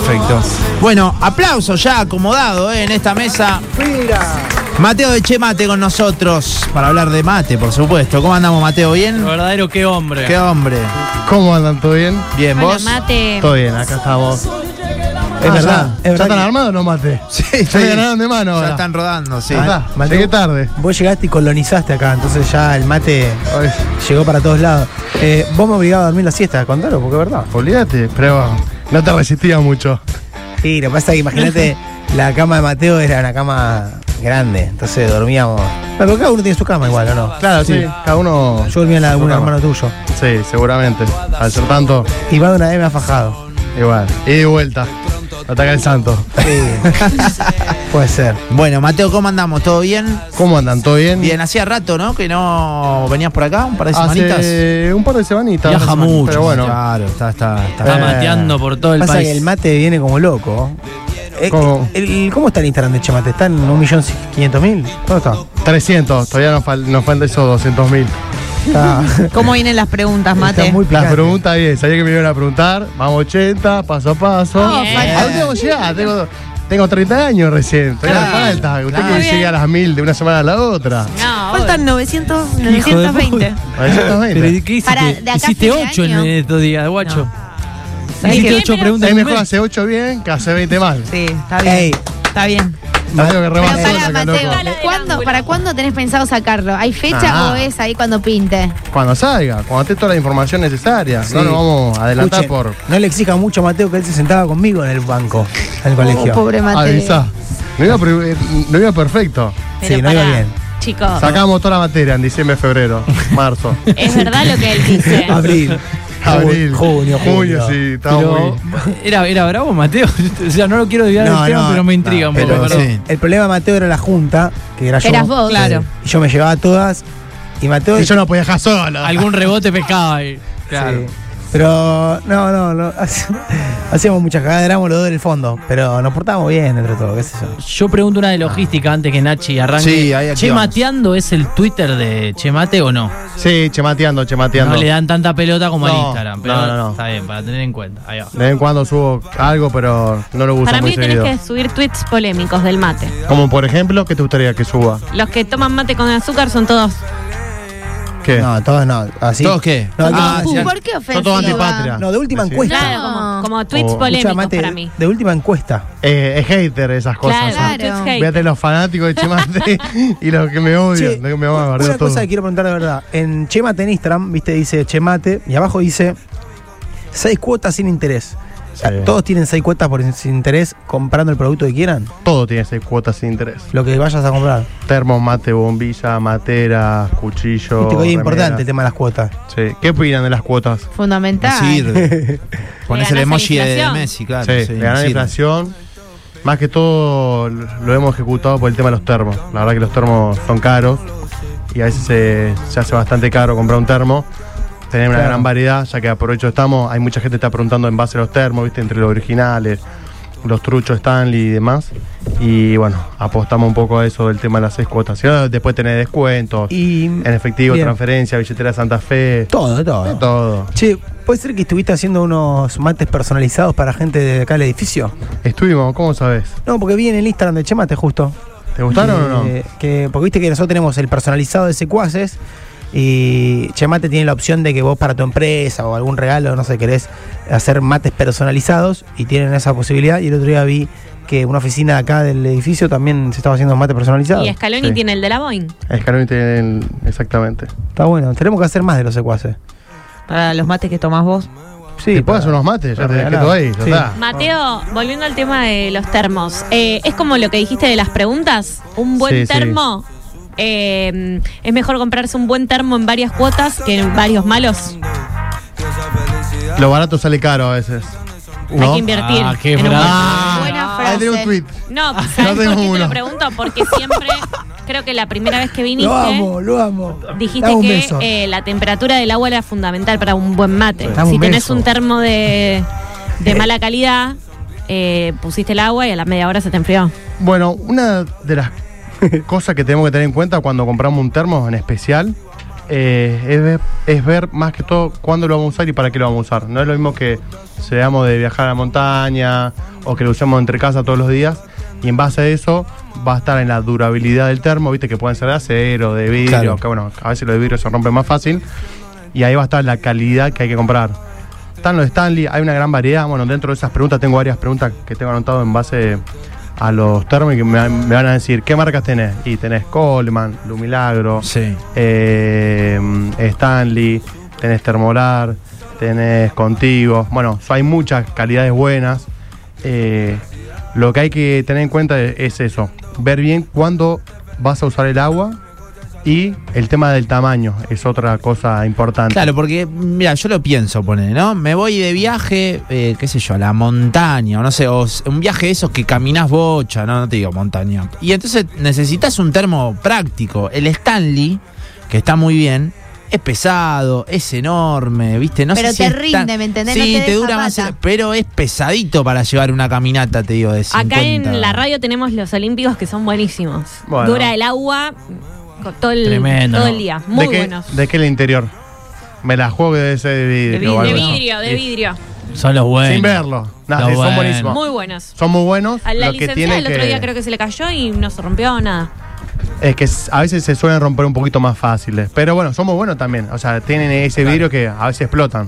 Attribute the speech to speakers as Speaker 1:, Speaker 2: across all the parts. Speaker 1: Perfecto. Bueno, aplauso ya acomodado ¿eh? en esta mesa. Mateo de Che Mate con nosotros para hablar de mate, por supuesto. ¿Cómo andamos, Mateo? ¿Bien?
Speaker 2: Lo verdadero, qué hombre.
Speaker 1: Qué hombre.
Speaker 3: ¿Cómo andan? ¿Todo bien?
Speaker 1: Bien,
Speaker 4: Hola,
Speaker 1: vos.
Speaker 4: mate.
Speaker 3: Todo bien, acá estamos. Es
Speaker 1: Ah,
Speaker 3: verdad.
Speaker 1: ya, es
Speaker 3: ¿Ya
Speaker 5: verdad
Speaker 3: están
Speaker 5: que-
Speaker 3: armados o no mate?
Speaker 1: Sí,
Speaker 3: Ya me ganaron de mano
Speaker 1: Ya
Speaker 3: ahora.
Speaker 1: están rodando, sí.
Speaker 3: Ahí está,
Speaker 5: Mateo.
Speaker 3: llegué tarde.
Speaker 5: Vos llegaste y colonizaste acá, entonces ya el mate
Speaker 3: Ay,
Speaker 5: llegó para todos lados. Eh, vos me obligabas a dormir la siesta, contalo, porque es verdad.
Speaker 3: Olvídate, pero no te resistía mucho.
Speaker 5: Sí, lo que pasa es que imagínate, la cama de Mateo era una cama grande, entonces dormíamos. No, pero cada uno tiene su cama igual, ¿o no?
Speaker 3: Claro, sí. Cada uno.
Speaker 5: Yo dormía en la de
Speaker 3: Su
Speaker 5: un
Speaker 3: cama.
Speaker 5: hermano tuyo.
Speaker 3: Sí, seguramente. Al ser tanto,
Speaker 5: Y más de una vez me ha fajado.
Speaker 3: igual. Y de vuelta. Ataca el santo.
Speaker 5: Sí. Puede ser.
Speaker 1: Bueno, Mateo, ¿cómo andamos? ¿Todo bien?
Speaker 3: ¿Cómo andan? ¿Todo bien?
Speaker 1: Bien, hacía rato, ¿no? Que no venías por acá, un par de semanitas.
Speaker 3: Hace un par de semanitas.
Speaker 1: Viaja
Speaker 3: una semana,
Speaker 1: mucho.
Speaker 3: Pero bueno,
Speaker 1: Claro, está, está, está.
Speaker 2: Está
Speaker 3: Eh,
Speaker 2: mateando por todo el
Speaker 5: Pasa
Speaker 2: país.
Speaker 5: que el mate viene como loco. Eh,
Speaker 3: ¿Cómo?
Speaker 5: el- ¿Cómo está el Instagram de Chemate? ¿Está en 1.500.000? ¿Dónde está?
Speaker 3: 300. Todavía nos, fal- nos falta esos 200 mil.
Speaker 5: Está,
Speaker 4: ¿Cómo vienen las preguntas,
Speaker 5: está
Speaker 4: mate?
Speaker 5: muy
Speaker 3: Las
Speaker 5: picante.
Speaker 3: preguntas bien. Sabía que me iban a preguntar. Vamos 80, paso a paso. Eh,
Speaker 4: No, Bien. falta-
Speaker 3: ¿A dónde voy a llegar? Tengo, tengo 30 años recién. Todavía
Speaker 1: Claro,
Speaker 3: falta. Usted
Speaker 1: claro.
Speaker 3: que
Speaker 4: Muy
Speaker 3: llegue
Speaker 4: bien.
Speaker 3: a las 1000 de una semana a la otra.
Speaker 4: No,
Speaker 6: Faltan 900,
Speaker 2: Hijo de
Speaker 6: 920.
Speaker 2: puta.
Speaker 3: 920.
Speaker 2: Pero ¿qué hiciste?
Speaker 6: Pará, de acá a
Speaker 2: hiciste
Speaker 6: fin de
Speaker 2: 8
Speaker 6: año.
Speaker 2: en estos días, guacho.
Speaker 4: ¿Sabés
Speaker 2: Hiciste
Speaker 4: qué?
Speaker 2: 8
Speaker 4: Pero-
Speaker 2: preguntas.
Speaker 3: Es
Speaker 2: en un
Speaker 3: mejor
Speaker 2: mes.
Speaker 3: hacer 8 bien que hacer 20 mal.
Speaker 4: Sí, está bien.
Speaker 5: Ey,
Speaker 4: Está bien.
Speaker 3: No tengo que
Speaker 6: Pero
Speaker 3: rebajar.
Speaker 6: pará,
Speaker 3: acá,
Speaker 6: Mateo,
Speaker 3: loco.
Speaker 6: ¿cuándo- ¿para cuándo tenés pensado sacarlo? ¿Hay fecha
Speaker 3: Ah.
Speaker 6: o es ahí cuando pinte?
Speaker 3: Cuando salga, cuando esté toda la información necesaria.
Speaker 5: Sí.
Speaker 3: No nos vamos a adelantar
Speaker 5: Escuchen,
Speaker 3: por
Speaker 5: No le exija mucho a Mateo que él se sentaba conmigo en el banco, en el colegio.
Speaker 6: Oh, pobre Mateo.
Speaker 3: avisar. No iba, pre- no iba perfecto.
Speaker 5: Sí,
Speaker 4: Pero
Speaker 5: no iba
Speaker 4: pará,
Speaker 5: bien.
Speaker 4: Chicos,
Speaker 3: Sacamos toda la materia en diciembre, febrero, marzo,
Speaker 4: es verdad lo que él dice.
Speaker 5: Abril.
Speaker 3: abril, junio,
Speaker 5: Junio, julio.
Speaker 3: sí, estaba
Speaker 2: Pero,
Speaker 3: muy.
Speaker 2: era, era bravo, Mateo. o sea, no lo quiero desviar
Speaker 5: No,
Speaker 2: del tema,
Speaker 5: no,
Speaker 2: pero me intriga un poco.
Speaker 1: pero
Speaker 2: perdón.
Speaker 1: sí.
Speaker 5: El problema de Mateo era la junta, que era yo.
Speaker 6: Eras vos.
Speaker 4: Claro.
Speaker 5: Y yo me llevaba a todas. Y Mateo.
Speaker 3: Y yo no podía dejar solo.
Speaker 2: Algún rebote pescaba ahí.
Speaker 5: Sí.
Speaker 2: Claro.
Speaker 5: Pero no, no, no, hacíamos muchas cagadas, éramos los dos en el fondo, pero nos portábamos bien entre todos, qué sé yo.
Speaker 2: Yo pregunto una de logística antes que Nachi arranque.
Speaker 1: Sí, ahí aquí
Speaker 2: ¿Che
Speaker 1: vamos.
Speaker 2: Mateando es el Twitter de Che Mate o no?
Speaker 3: Sí, chemateando, chemateando.
Speaker 2: No le dan tanta pelota como al
Speaker 3: No,
Speaker 2: Instagram. Pero
Speaker 3: no, no, no.
Speaker 2: Está bien, para tener en cuenta. Ahí va.
Speaker 3: De vez en cuando subo algo, pero no lo uso
Speaker 4: Para
Speaker 3: muy
Speaker 4: mí tenés
Speaker 3: seguido.
Speaker 4: que subir tweets polémicos del mate.
Speaker 3: Como por ejemplo, ¿qué te gustaría que suba?
Speaker 4: Los que toman mate con azúcar son todos.
Speaker 3: ¿Qué?
Speaker 5: No, todos no, así.
Speaker 1: ¿Todos qué?
Speaker 5: No,
Speaker 1: Ah,
Speaker 5: no,
Speaker 1: sí,
Speaker 6: ¿Por qué
Speaker 3: Son todos antipatria.
Speaker 6: ofensiva?
Speaker 5: no, de
Speaker 2: Ah,
Speaker 5: última
Speaker 3: Decí.
Speaker 5: encuesta.
Speaker 4: Claro, como, como tweets
Speaker 3: Oh.
Speaker 5: Escucha,
Speaker 4: polémicos
Speaker 5: Mate,
Speaker 4: para mí.
Speaker 5: De última encuesta.
Speaker 3: Eh, es hater esas cosas.
Speaker 4: Claro,
Speaker 6: Claro.
Speaker 4: tweets hate.
Speaker 3: Fíjate los fanáticos de Chemate y los que me odian,
Speaker 5: Che,
Speaker 3: los que me van a
Speaker 5: una
Speaker 3: bardear todo.
Speaker 5: cosa que quiero preguntar de verdad. En Chemate en Instagram, viste, dice Chemate y abajo dice seis cuotas sin interés. O sea,
Speaker 3: Sí.
Speaker 5: Todos tienen seis cuotas por in- sin interés comprando el producto que quieran,
Speaker 3: Todo tiene seis cuotas sin interés.
Speaker 5: lo que vayas a comprar.
Speaker 3: Termo, mate, bombilla, matera, cuchillo.
Speaker 5: Viste que hoy es
Speaker 3: remera.
Speaker 5: Este importante el tema de las cuotas.
Speaker 3: Sí. ¿Qué opinan de las cuotas?
Speaker 1: No
Speaker 6: Fundamental.
Speaker 1: sirve. Pones el
Speaker 4: Le ganás a la
Speaker 1: emoji de, de
Speaker 4: inflación.
Speaker 1: Messi,
Speaker 5: Ah,
Speaker 1: claro.
Speaker 3: sí,
Speaker 1: sí,
Speaker 3: le
Speaker 1: no
Speaker 3: ganan
Speaker 1: sirve.
Speaker 3: inflación. Más que todo lo hemos ejecutado por el tema de los termos. La verdad que los termos son caros y a veces se, se hace bastante caro comprar un termo. Tener una
Speaker 5: Claro.
Speaker 3: gran variedad, ya que aprovecho estamos, hay mucha gente que está preguntando en base a los termos, ¿viste? entre los originales, los truchos Stanley y demás. Y bueno, apostamos un poco a eso del tema de las seis cuotas. Si no, después tener descuentos
Speaker 5: Y
Speaker 3: en efectivo,
Speaker 5: Bien.
Speaker 3: transferencia, billetera Santa Fe,
Speaker 5: todo, todo.
Speaker 3: todo.
Speaker 5: Che, ¿puede ser que estuviste haciendo unos mates personalizados para gente de acá del edificio?
Speaker 3: Estuvimos, ¿cómo sabes?
Speaker 5: No, porque vi en el Instagram de Chemate justo.
Speaker 3: ¿Te gustaron o no?
Speaker 5: Eh, que, porque viste que nosotros tenemos el personalizado de secuaces y Chemate tiene la opción de que vos para tu empresa o algún regalo, no sé, querés hacer mates personalizados y tienen esa posibilidad. Y el otro día vi que una oficina acá del edificio también se estaba haciendo mate personalizado.
Speaker 4: Y Scaloni
Speaker 3: Sí.
Speaker 4: tiene el de la Boeing.
Speaker 3: Escalón y tienen- exactamente.
Speaker 5: Está bueno, tenemos que hacer más de los secuaces.
Speaker 4: Para los mates que tomás vos.
Speaker 5: Sí,
Speaker 3: Te puedo
Speaker 5: para-
Speaker 3: hacer unos mates, ya
Speaker 5: para
Speaker 3: te dejé
Speaker 5: regalar.
Speaker 3: todo ahí, ya
Speaker 5: Sí.
Speaker 3: está.
Speaker 4: Mateo, volviendo al tema de los termos, eh, es como lo que dijiste de las preguntas. Un buen
Speaker 3: Sí, sí.
Speaker 4: termo. eh, es mejor comprarse un buen termo en varias cuotas que en varios malos.
Speaker 3: Lo barato sale caro a veces.
Speaker 4: Hay
Speaker 3: ¿No?
Speaker 4: que invertir.
Speaker 2: Ah, qué
Speaker 4: en un buen-
Speaker 2: bravo.
Speaker 6: Buena
Speaker 3: Ahí
Speaker 6: frase.
Speaker 3: tengo un tweet.
Speaker 4: No, pues, ¿sabes
Speaker 3: No
Speaker 4: por qué
Speaker 3: tengo
Speaker 4: te
Speaker 3: uno.
Speaker 4: lo pregunto? Porque siempre, creo que la primera vez que viniste,
Speaker 5: Lo amo, lo amo.
Speaker 4: dijiste
Speaker 5: Dame un
Speaker 4: que
Speaker 5: beso.
Speaker 4: eh, la temperatura del agua era fundamental para un buen mate.
Speaker 5: Dame
Speaker 4: si
Speaker 5: un
Speaker 4: tenés
Speaker 5: beso.
Speaker 4: un termo de, de mala calidad, eh, pusiste el agua y a la media hora se te enfrió.
Speaker 3: Bueno, una de las cosas que tenemos que tener en cuenta cuando compramos un termo en especial eh, es, ver, es ver más que todo cuándo lo vamos a usar y para qué lo vamos a usar. No es lo mismo que seamos de viajar a la montaña o que lo usemos entre casa todos los días. Y en base a eso va a estar en la durabilidad del termo, viste que pueden ser de acero, de vidrio,
Speaker 5: Claro.
Speaker 3: que bueno, a veces los de vidrio se rompen más fácil. Y ahí va a estar la calidad que hay que comprar. Están los Stanley, hay una gran variedad. Bueno, dentro de esas preguntas tengo varias preguntas que tengo anotado en base a los termos y que me, me van a decir, ¿qué marcas tenés? Y tenés Coleman, Lumilagro,
Speaker 1: Sí.
Speaker 3: eh, Stanley, tenés Termolar, tenés Contigo. Bueno, so- hay muchas calidades buenas. Eh, lo que hay que tener en cuenta e- es eso, ver bien cuándo vas a usar el agua y el tema del tamaño es otra cosa importante.
Speaker 1: Claro, porque, mira, yo lo pienso, pone, ¿no? Me voy de viaje, eh, qué sé yo, a la montaña, o no sé, o s- un viaje de esos que caminás bocha, ¿no? No te digo montaña. Y entonces necesitas un termo práctico. El Stanley, que está muy bien, es pesado, es enorme, ¿viste? No
Speaker 6: Pero
Speaker 1: sé
Speaker 6: te
Speaker 1: si es tan-
Speaker 6: rinde, ¿me entendés? No
Speaker 1: Sí,
Speaker 6: te
Speaker 1: te
Speaker 6: deja
Speaker 1: dura más.
Speaker 6: pata.
Speaker 1: Pero es pesadito para llevar una caminata, te digo, de 50.
Speaker 4: Acá en la radio tenemos los olímpicos que son buenísimos.
Speaker 3: Bueno.
Speaker 4: Dura el agua con todo el,
Speaker 2: Tremendo,
Speaker 4: todo
Speaker 2: ¿no?
Speaker 4: el día. Muy
Speaker 3: ¿De qué,
Speaker 4: buenos.
Speaker 3: ¿De qué el interior? Me la juego que debe ser de
Speaker 4: De
Speaker 3: vidrio. o
Speaker 4: vidrio, de
Speaker 3: algo así.
Speaker 4: vidrio, de
Speaker 3: Sí.
Speaker 4: vidrio.
Speaker 2: Son los buenos.
Speaker 3: Sin verlo. Nada,
Speaker 2: Los
Speaker 3: sí, son
Speaker 2: buenos.
Speaker 3: buenísimos.
Speaker 4: Muy buenos.
Speaker 3: son muy buenos.
Speaker 4: A la
Speaker 3: lo que
Speaker 4: licenciada
Speaker 3: tiene
Speaker 4: el otro día creo que se le cayó y no se rompió nada.
Speaker 3: Es que s- a veces se suelen romper un poquito más fáciles. Pero bueno, son muy buenos también. O sea, tienen ese vidrio que a veces explotan.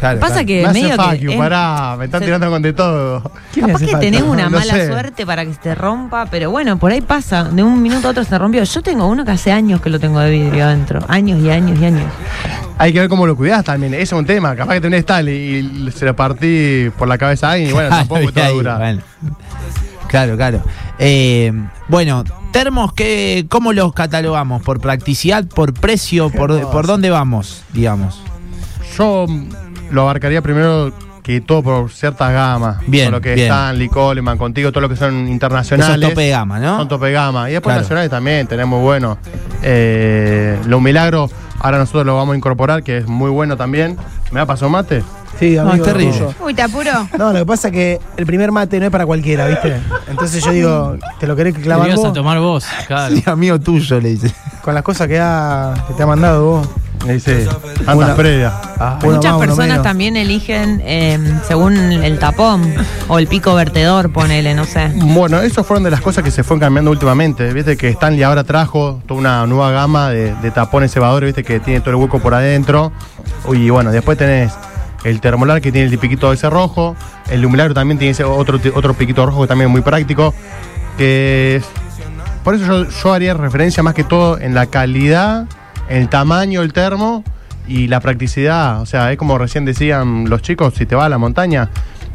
Speaker 1: Claro,
Speaker 7: Pasa
Speaker 1: claro.
Speaker 7: que
Speaker 3: me hace
Speaker 7: medio
Speaker 3: fuck
Speaker 7: que
Speaker 3: you,
Speaker 7: es-
Speaker 3: pará. Me están
Speaker 7: se-
Speaker 3: tirando con de todo.
Speaker 7: Capaz que tenés una
Speaker 3: No
Speaker 7: mala
Speaker 3: sé.
Speaker 7: suerte para que se te rompa, pero bueno, por ahí pasa. De un minuto a otro se rompió. Yo tengo uno que hace años que lo tengo de vidrio adentro. Años y años y años.
Speaker 3: Hay que ver cómo lo cuidás también. Ese es un tema. Capaz que tenés tal y, y se lo partí por la cabeza a alguien. Y bueno, tampoco
Speaker 1: Ahí,
Speaker 3: todo dura.
Speaker 1: bueno. Claro, claro. Eh, bueno, termos, que, ¿cómo los catalogamos? ¿Por practicidad, por precio? ¿Por, por dónde vamos, digamos?
Speaker 3: Yo mm, lo abarcaría primero que todo por ciertas gamas.
Speaker 1: Bien,
Speaker 3: Todo lo que es
Speaker 1: bien.
Speaker 3: Stanley, Coleman, contigo, todo lo que son internacionales.
Speaker 1: Eso es tope de gama, ¿no?
Speaker 3: Son tope de gama. Y después
Speaker 1: Claro.
Speaker 3: nacionales también tenemos bueno. Eh, los milagros, ahora nosotros lo vamos a incorporar, que es muy bueno también. ¿Me ha pasado mate?
Speaker 5: Sí,
Speaker 1: No,
Speaker 5: amigo,
Speaker 1: es terrible.
Speaker 5: yo-
Speaker 6: Uy, te apuro.
Speaker 5: No, lo que pasa es que el primer mate no es para cualquiera, ¿viste? Entonces yo digo, te lo querés
Speaker 2: Te
Speaker 5: clavar
Speaker 2: ibas a
Speaker 5: vos
Speaker 2: tomar vos, claro.
Speaker 1: Sí, amigo tuyo, le dice.
Speaker 5: con las cosas que, ha- que te ha mandado vos.
Speaker 3: Me dice, andas
Speaker 5: Bueno.
Speaker 3: previa.
Speaker 5: Uno
Speaker 7: Muchas
Speaker 5: más, uno
Speaker 7: personas
Speaker 5: menos.
Speaker 7: también eligen eh, según el tapón o el pico vertedor, ponele, no sé.
Speaker 3: Bueno, esas fueron de las cosas que se fueron cambiando últimamente. Viste que Stanley ahora trajo toda una nueva gama de, de tapones cebadores, viste que tiene todo el hueco por adentro. Y bueno, después tenés el termolar que tiene el piquito ese rojo. El lumilagro también tiene ese otro, ti- otro piquito rojo que también es muy práctico. Que es- por eso yo, yo haría referencia más que todo en la calidad, en el tamaño del termo y la practicidad. O sea, es como recién decían los chicos, si te vas a la montaña,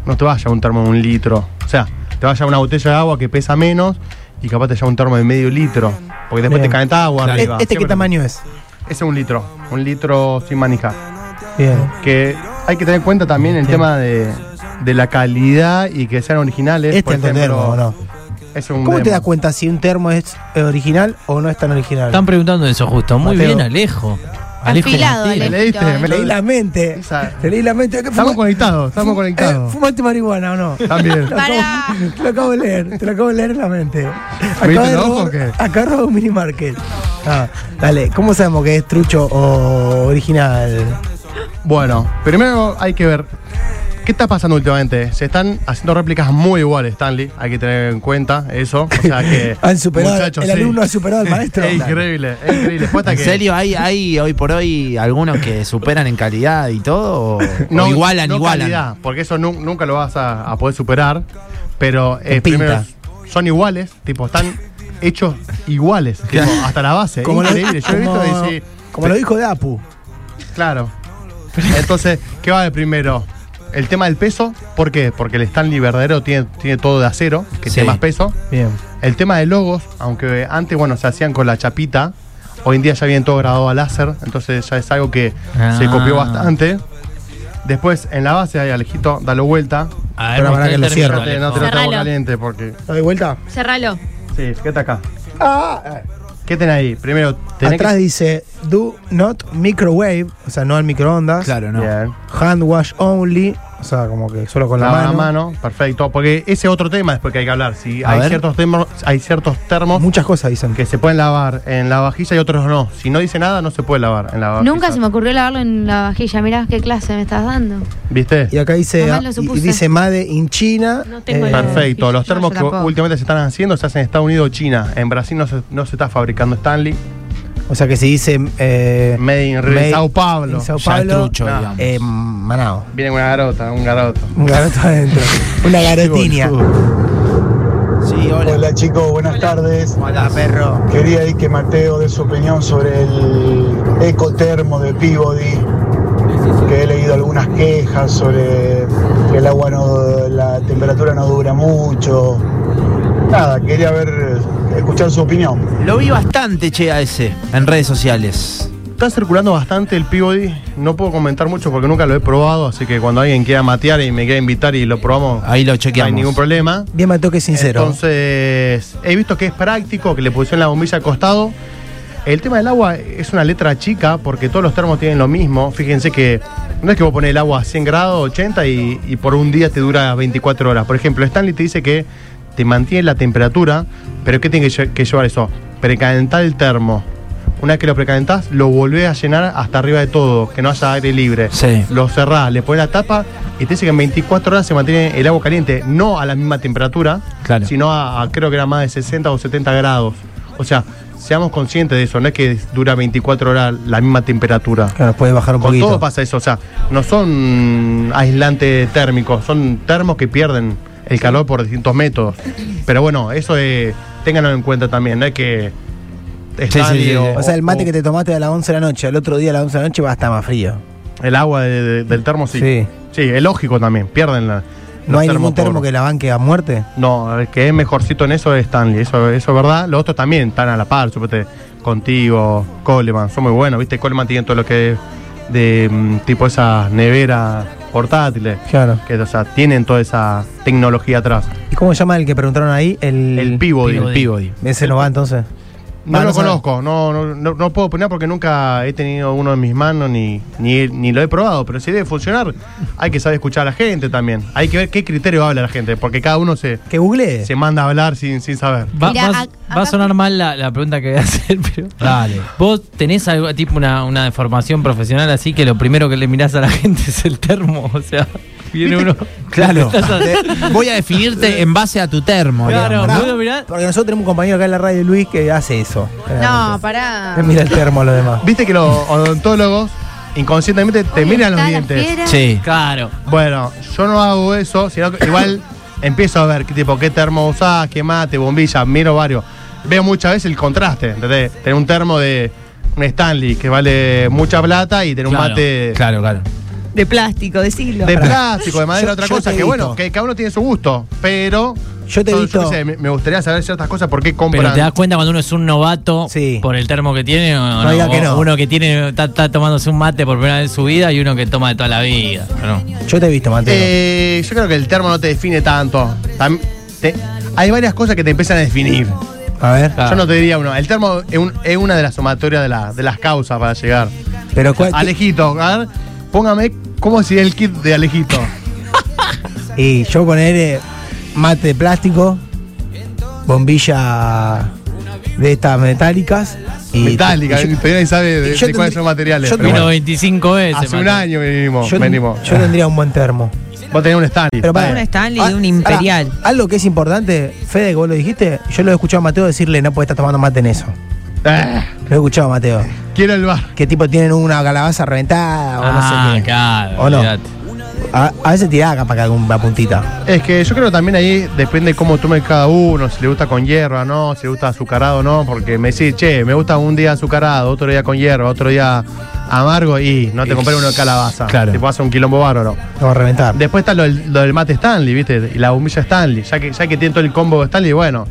Speaker 3: no te vaya un termo de un litro. O sea, te vaya una botella de agua que pesa menos y capaz te lleva un termo de medio litro. Porque después te
Speaker 5: Bien.
Speaker 3: calentás agua
Speaker 5: E-
Speaker 3: arriba.
Speaker 5: ¿Este qué
Speaker 3: Siempre-
Speaker 5: tamaño es?
Speaker 3: Ese es un litro. Un litro sin manejar
Speaker 5: Bien.
Speaker 3: que hay que tener en cuenta también el
Speaker 5: Bien.
Speaker 3: tema de, de la calidad y que sean originales.
Speaker 5: Este es tu
Speaker 3: ejemplo,
Speaker 5: termo, ¿o ¿no?
Speaker 3: es un
Speaker 5: ¿Cómo te
Speaker 3: demo.
Speaker 5: das cuenta si un termo es eh, original o no es tan original?
Speaker 2: Están preguntando eso justo. Muy
Speaker 5: Mateo.
Speaker 2: bien, Alejo. Alejo
Speaker 6: Afilado,
Speaker 2: Martínez.
Speaker 3: ¿Me leíste?
Speaker 6: Alejo.
Speaker 4: eh.
Speaker 3: Me
Speaker 5: leí la mente.
Speaker 3: Esa-
Speaker 5: Te leí la mente. ¿Qué
Speaker 3: Estamos
Speaker 5: fuma-
Speaker 3: conectados, estamos
Speaker 5: fu- eh,
Speaker 3: conectados.
Speaker 5: ¿Fumaste marihuana o no?
Speaker 3: También.
Speaker 6: Para.
Speaker 5: Te lo acabo de leer, te lo acabo de leer en la mente.
Speaker 3: viste
Speaker 5: Acabo de
Speaker 3: los ojos
Speaker 5: robar-
Speaker 3: o qué?
Speaker 5: acabo de robar un mini market. Ah, dale, ¿cómo sabemos que es trucho o original?
Speaker 3: Bueno, primero hay que ver qué está pasando últimamente. Se están haciendo réplicas muy iguales, Stanley. Hay que tener en cuenta eso. O sea que.
Speaker 5: Han superado,
Speaker 3: muchachos,
Speaker 5: el
Speaker 3: sí.
Speaker 5: alumno ha superado al maestro.
Speaker 3: Es increíble, es increíble. Posta
Speaker 1: ¿En
Speaker 3: que-
Speaker 1: serio? ¿Hay, ¿Hay hoy por hoy algunos que superan en calidad y todo? ¿O, o igualan,
Speaker 3: no
Speaker 1: igualan?
Speaker 3: calidad, porque eso nu- nunca lo vas a, a poder superar. Pero eh,
Speaker 5: En pinta.
Speaker 3: primero son iguales, tipo, están hechos iguales, tipo, hasta la base.
Speaker 5: Como lo,
Speaker 3: Eh, Increíble. Yo he visto
Speaker 5: como-
Speaker 3: y sí,
Speaker 5: como lo dijo de Apu.
Speaker 3: Claro. Entonces, ¿qué va de primero? El tema del peso, ¿por qué? Porque el Stanley verdadero tiene, tiene todo de acero, que
Speaker 1: Sí.
Speaker 3: tiene más peso.
Speaker 5: Bien.
Speaker 3: El tema de logos, aunque antes, bueno, se hacían con la chapita, hoy en día ya vienen todo grabado a láser, entonces ya es algo que se
Speaker 2: Ah.
Speaker 3: copió bastante. Después, en la base, ahí Alejito, dalo vuelta.
Speaker 2: A
Speaker 5: Pero
Speaker 2: ver,
Speaker 5: para
Speaker 2: mostrá
Speaker 5: que
Speaker 2: el
Speaker 5: lo
Speaker 2: término,
Speaker 5: cierre.
Speaker 3: No te, no te lo
Speaker 2: Alejo.
Speaker 3: tengo
Speaker 4: Cerralo.
Speaker 3: caliente porque...
Speaker 5: ¿Lo doy vuelta?
Speaker 4: Cerralo.
Speaker 3: Sí, fíjate acá. ¿Qué tenés ahí? Primero, tenés
Speaker 5: Ah, Atrás
Speaker 3: que-
Speaker 5: dice do not microwave, o sea, no al microondas.
Speaker 1: Claro, no. Eh,
Speaker 3: Bien.
Speaker 5: Hand wash only, O sea, como que solo con
Speaker 3: Con
Speaker 5: la, mano.
Speaker 3: mano, perfecto. Porque ese es otro tema después que hay que hablar. Si
Speaker 1: A
Speaker 3: hay
Speaker 1: ver.
Speaker 3: ciertos termos, hay ciertos termos
Speaker 5: Muchas cosas dicen que.
Speaker 3: que se pueden lavar en la vajilla y otros no. Si no dice nada, no se puede lavar en la vajilla.
Speaker 6: Nunca se me ocurrió lavarlo en la vajilla. Mirá qué clase me estás dando.
Speaker 5: Y
Speaker 3: ¿Viste?
Speaker 5: acá dice, ah,
Speaker 6: Nomás lo
Speaker 5: y- y
Speaker 6: supuse.
Speaker 5: dice Made in China. Eh,
Speaker 4: No tengo idea.
Speaker 3: Perfecto. Los
Speaker 6: Yo-
Speaker 3: termos que
Speaker 6: yo tampoco.
Speaker 3: últimamente se están haciendo se hacen en Estados Unidos o China. En Brasil no se, no se está fabricando Stanley.
Speaker 5: O sea que si dice eh,
Speaker 3: Made in Rio-
Speaker 5: Made
Speaker 3: Sao Paulo.
Speaker 5: en Sao
Speaker 1: Ya es
Speaker 5: Paulo,
Speaker 1: trucho,
Speaker 3: no.
Speaker 1: digamos.
Speaker 5: eh, Manao.
Speaker 3: Viene una garota, un garoto.
Speaker 5: Un garoto adentro. Una garotinia.
Speaker 1: sí, hola.
Speaker 8: Hola chicos, buenas tardes.
Speaker 5: Hola, perro.
Speaker 8: Quería ahí que Mateo dé su opinión sobre el ecotermo de Peabody, que he leído algunas quejas sobre que el agua no, la temperatura no dura mucho. Nada, quería ver, escuchar su opinión.
Speaker 1: Lo vi bastante, che, a ese, en redes sociales.
Speaker 3: Está circulando bastante el Peabody. No puedo comentar mucho porque nunca lo he probado. Así que cuando alguien quiera matear y me quiera invitar y lo probamos,
Speaker 1: Ahí lo
Speaker 3: no
Speaker 1: chequeamos.
Speaker 3: hay ningún problema.
Speaker 5: Bien mató que es sincero.
Speaker 3: Entonces, he visto que es práctico, que le pusieron la bombilla al costado. El tema del agua es una letra chica porque todos los termos tienen lo mismo. Fíjense que no es que vos pones el agua a 100 grados, 80 y, y por un día te dura 24 horas. Por ejemplo, Stanley te dice que te mantiene la temperatura, pero ¿qué tiene que, lle- que llevar eso? Precalentar el termo. Una vez que lo precalentás, lo volvés a llenar hasta arriba de todo, que no haya aire libre.
Speaker 1: Sí.
Speaker 3: Lo cerrás, le pones la tapa y te dice que en 24 horas se mantiene el agua caliente, no a la misma temperatura,
Speaker 1: Claro.
Speaker 3: sino a, a- creo que era más de 60 o 70 grados. O sea, seamos conscientes de eso, no es que dura 24 horas la misma temperatura.
Speaker 5: Claro, puede bajar un
Speaker 3: Con
Speaker 5: poquito.
Speaker 3: todo pasa eso, o sea, no son aislantes térmicos, son termos que pierden el calor por distintos métodos. Pero bueno, eso eh, ténganlo en cuenta también, no es que... Stanley
Speaker 1: sí, sí.
Speaker 5: o sea, el mate que te tomaste a las 11 de la noche, al otro día a las 11 de la noche va a estar más frío.
Speaker 3: El agua de- de- del termo sí.
Speaker 5: Sí.
Speaker 3: sí. es lógico también, pierden la...
Speaker 5: ¿No
Speaker 3: los
Speaker 5: hay
Speaker 3: termos
Speaker 5: ningún termo
Speaker 3: por-
Speaker 5: que la banque a muerte?
Speaker 3: No, el que es mejorcito en eso es Stanley, eso, eso es verdad. Los otros también están a la par, suponete, contigo, Coleman, son muy buenos, viste, Coleman tiene todo lo que es de mm, tipo esas neveras portátiles,
Speaker 5: Claro.
Speaker 3: que o sea, tienen toda esa tecnología atrás.
Speaker 5: ¿Y cómo se llama el que preguntaron ahí? El,
Speaker 3: El Peabody.
Speaker 1: El Peabody.
Speaker 5: Ese no va entonces.
Speaker 3: No
Speaker 5: Ah,
Speaker 3: lo
Speaker 5: no sabe.
Speaker 3: conozco, no, no, no, no puedo opinar porque nunca he tenido uno en mis manos ni, ni, ni lo he probado, pero si debe funcionar, hay que saber escuchar a la gente también. Hay que ver qué criterio habla la gente, porque cada uno se,
Speaker 5: ¿Que google?
Speaker 3: se manda a hablar sin, sin saber.
Speaker 2: Va,
Speaker 6: Mirá,
Speaker 2: va-
Speaker 6: ac-
Speaker 2: va a
Speaker 6: acá-
Speaker 2: sonar mal la, la pregunta que voy a hacer, pero.
Speaker 1: Dale.
Speaker 2: ¿Vos tenés algo, tipo una, una deformación profesional así que lo primero que le mirás a la gente es el termo? O sea, viene uno.
Speaker 1: Claro.
Speaker 2: Estás así.
Speaker 1: Voy a definirte en base a tu termo.
Speaker 2: Claro,
Speaker 1: digamos.
Speaker 2: vos lo mirás.
Speaker 5: Porque nosotros tenemos un compañero acá en la radio, Luis, que hace eso.
Speaker 6: No,
Speaker 5: generalmente.
Speaker 6: pará.
Speaker 5: Él mira el termo a los demás.
Speaker 3: Viste que los odontólogos inconscientemente te
Speaker 6: Hoy
Speaker 3: miran los
Speaker 6: está la
Speaker 3: dientes.
Speaker 6: fiera.
Speaker 1: Sí.
Speaker 2: Claro.
Speaker 3: Bueno, yo no hago eso, sino que igual empiezo a ver qué tipo, qué termo usás, qué mate, bombilla, miro varios. Veo muchas veces el contraste, ¿entendés? Tener un termo de un Stanley que vale mucha plata y tener un
Speaker 2: Claro,
Speaker 3: mate
Speaker 1: Claro, claro.
Speaker 7: De plástico, de siglo.
Speaker 3: de plástico, de madera,
Speaker 5: Yo-
Speaker 3: otra
Speaker 5: yo
Speaker 3: cosa,
Speaker 5: te
Speaker 3: que
Speaker 5: he
Speaker 3: bueno,
Speaker 5: visto.
Speaker 3: que cada uno tiene su gusto, pero
Speaker 5: Yo te he visto-
Speaker 3: qué sé, me, me gustaría saber ciertas cosas, por qué compran.
Speaker 2: Pero te das cuenta cuando uno es un novato
Speaker 5: Sí.
Speaker 2: por el termo que tiene o
Speaker 5: No diga que no.
Speaker 2: uno que tiene está, está tomándose un mate por primera vez en su vida y uno que toma de toda la vida. ¿no?
Speaker 5: Yo te he visto, Mateo.
Speaker 3: Eh, yo creo que el termo no te define tanto. Tam- te- hay varias cosas que te empiezan a definir.
Speaker 5: a ver.
Speaker 2: Ah.
Speaker 3: Yo no te diría uno. El termo es, un- es una de las sumatorias de, la- de las causas para llegar.
Speaker 5: Pero cuál-
Speaker 3: Alejito, a ver, póngame cómo sería el kit de Alejito.
Speaker 5: Y yo poner eh, mate de plástico, bombilla de estas metálicas. Y
Speaker 3: Metálica,
Speaker 5: y yo-
Speaker 3: todavía nadie sabe de,
Speaker 5: yo
Speaker 3: de cuáles
Speaker 5: tendría-
Speaker 3: son materiales.
Speaker 5: yo
Speaker 3: pero
Speaker 2: Vino
Speaker 3: bueno,
Speaker 2: 25 veces.
Speaker 3: hace un
Speaker 2: mate.
Speaker 3: año venimos.
Speaker 5: yo,
Speaker 3: venimos.
Speaker 5: yo tendría un buen termo.
Speaker 3: Vos tenés un Stanley.
Speaker 5: Pero
Speaker 3: Está
Speaker 5: para,
Speaker 7: Un
Speaker 3: bien.
Speaker 7: Stanley y un Imperial.
Speaker 5: algo que es importante, Fede, que vos lo dijiste, yo lo he escuchado a Mateo decirle, no puede estar tomando mate en eso.
Speaker 3: Ah,
Speaker 5: Lo he escuchado a Mateo.
Speaker 3: quiero el bar.
Speaker 5: Que tipo tienen una calabaza reventada o
Speaker 2: Ah,
Speaker 5: no sé qué.
Speaker 2: claro.
Speaker 5: O no.
Speaker 2: olvidate.
Speaker 5: A, a veces tiraba capaz que alguna puntita.
Speaker 3: Es que yo creo que también ahí depende cómo tome cada uno, si le gusta con hierba, no, si le gusta azucarado, no, porque me decís, che, me gusta un día azucarado, otro día con hierba, otro día amargo y no te compré uno de calabaza.
Speaker 1: Claro.
Speaker 3: Te pasa un quilombo bárbaro.
Speaker 5: Lo va a reventar.
Speaker 3: Después está lo, del- lo del mate Stanley, ¿viste? Y la bombilla Stanley, ya que, ya que tiene todo el combo de Stanley, bueno.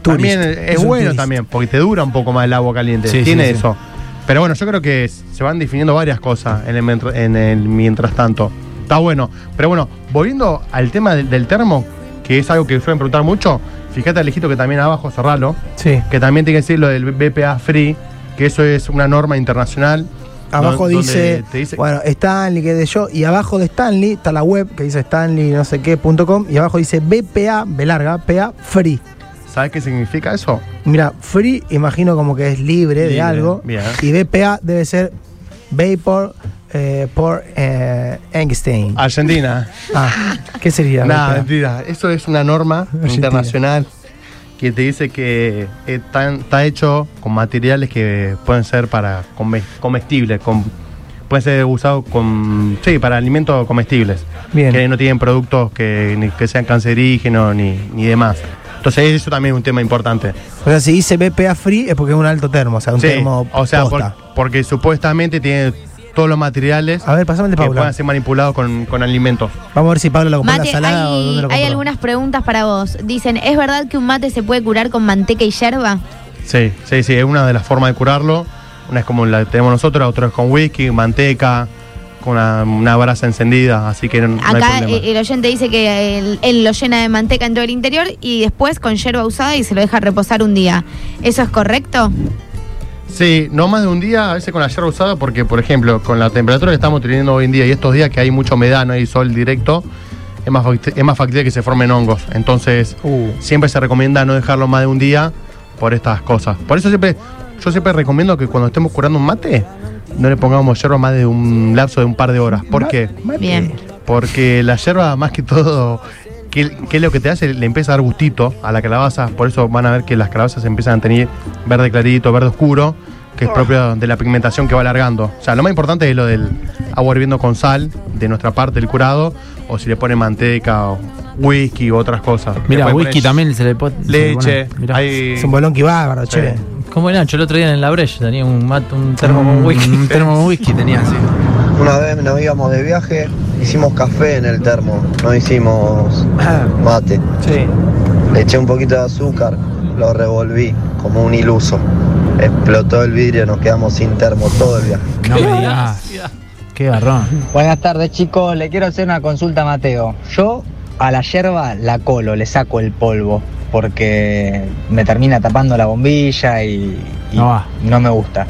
Speaker 5: Tourist.
Speaker 3: También es,
Speaker 5: Es un
Speaker 3: bueno
Speaker 5: tourist.
Speaker 3: también, porque te dura un poco más el agua caliente.
Speaker 1: Sí,
Speaker 3: tiene
Speaker 1: sí, sí.
Speaker 3: eso. Pero bueno, yo creo que s- se van definiendo varias cosas en el, mentr- en el mientras tanto. Está bueno. Pero bueno, volviendo al tema del, del termo, que es algo que suelen preguntar mucho, fíjate, Alejito, que también abajo cerralo
Speaker 5: Sí.
Speaker 3: que también tiene que decir lo del BPA Free, que eso es una norma internacional
Speaker 5: abajo
Speaker 3: Donde
Speaker 5: dice,
Speaker 3: te dice-
Speaker 5: bueno, Stanley, qué sé yo, y abajo de Stanley está la web que dice Stanley no sé qué punto com, y abajo dice BPA, B larga, PA free.
Speaker 3: ¿Sabes qué significa eso?
Speaker 5: Mira, free imagino como que es libre, de
Speaker 3: Libre,
Speaker 5: algo,
Speaker 3: bien.
Speaker 5: y BPA debe ser Vapor eh, por eh, Einstein.
Speaker 3: Argentina.
Speaker 5: Ah, ¿qué sería?
Speaker 3: Nada,
Speaker 5: BPA?
Speaker 3: mentira. Eso es una norma
Speaker 5: Argentina.
Speaker 3: internacional que te dice que está, está hecho con materiales que pueden ser para come- comestibles, con, pueden ser usados con, sí, para alimentos comestibles,
Speaker 5: Bien.
Speaker 3: que no tienen productos que, ni- que sean cancerígenos ni, ni demás. Entonces eso también es un tema importante.
Speaker 5: O sea, si dice BPA free es porque es un alto termo, o sea, un
Speaker 3: Sí,
Speaker 5: termo
Speaker 3: o sea,
Speaker 5: posta.
Speaker 3: por- porque supuestamente tiene todos los materiales
Speaker 5: A ver, pasame el de
Speaker 3: que
Speaker 5: Paula.
Speaker 3: puedan ser manipulados con, con alimentos.
Speaker 5: Vamos a ver si Paula lo compró en la
Speaker 6: Mate,
Speaker 5: salada o dónde lo
Speaker 6: hay, hay
Speaker 5: compró.
Speaker 6: algunas preguntas para vos. Dicen, ¿es verdad que un mate se puede curar con manteca y yerba?
Speaker 3: Sí, sí, sí, es una de las formas de curarlo. Una es como la que tenemos nosotros, la otra es con whisky, manteca, con una, una brasa encendida, así que no, no hay
Speaker 6: Acá
Speaker 3: problema.
Speaker 6: eh, el oyente dice que él, él lo llena de manteca en todo el interior y después con yerba usada y se lo deja reposar un día. ¿Eso es correcto?
Speaker 3: Sí, no más de un día, a veces con la yerba usada, porque, por ejemplo, con la temperatura que estamos teniendo hoy en día y estos días que hay mucha humedad, no hay sol directo, es más, fact- es más factible que se formen hongos. Entonces,
Speaker 5: Uh.
Speaker 3: siempre se recomienda no dejarlo más de un día por estas cosas. Por eso siempre, yo siempre recomiendo que cuando estemos curando un mate, no le pongamos yerba más de un lapso de un par de horas. ¿Por qué?
Speaker 6: Bien.
Speaker 3: Porque la yerba, más que todo, ¿qué, qué es lo que te hace? Le empieza a dar gustito a la calabaza. Por eso van a ver que las calabazas empiezan a tener verde clarito, verde oscuro, que es propio de la pigmentación que va alargando. O sea, lo más importante es lo del agua hirviendo con sal, de nuestra parte, el curado, o si le pone manteca o whisky u otras cosas.
Speaker 2: Mira,
Speaker 3: Le puede
Speaker 2: whisky
Speaker 3: poner
Speaker 2: también se le pone.
Speaker 3: Leche,
Speaker 2: Mirá.
Speaker 3: hay-
Speaker 5: Es un bolón que bárbaro, che.
Speaker 2: ¿Cómo era? Yo el otro día en la Breche tenía un, mat- un termo con whisky.
Speaker 1: Un termo con whisky tenía, sí.
Speaker 9: Una vez nos íbamos de viaje, hicimos café en el termo, no hicimos mate.
Speaker 5: Sí.
Speaker 9: Le eché un poquito de azúcar, lo revolví como un iluso. Explotó el vidrio, nos quedamos sin termo todo el viaje.
Speaker 1: No me digas. Qué garrón.
Speaker 10: Buenas tardes chicos, le quiero hacer una consulta a Mateo. Yo a la yerba la colo, le saco el polvo, porque me termina tapando la bombilla y, y
Speaker 1: No va.
Speaker 10: no me gusta.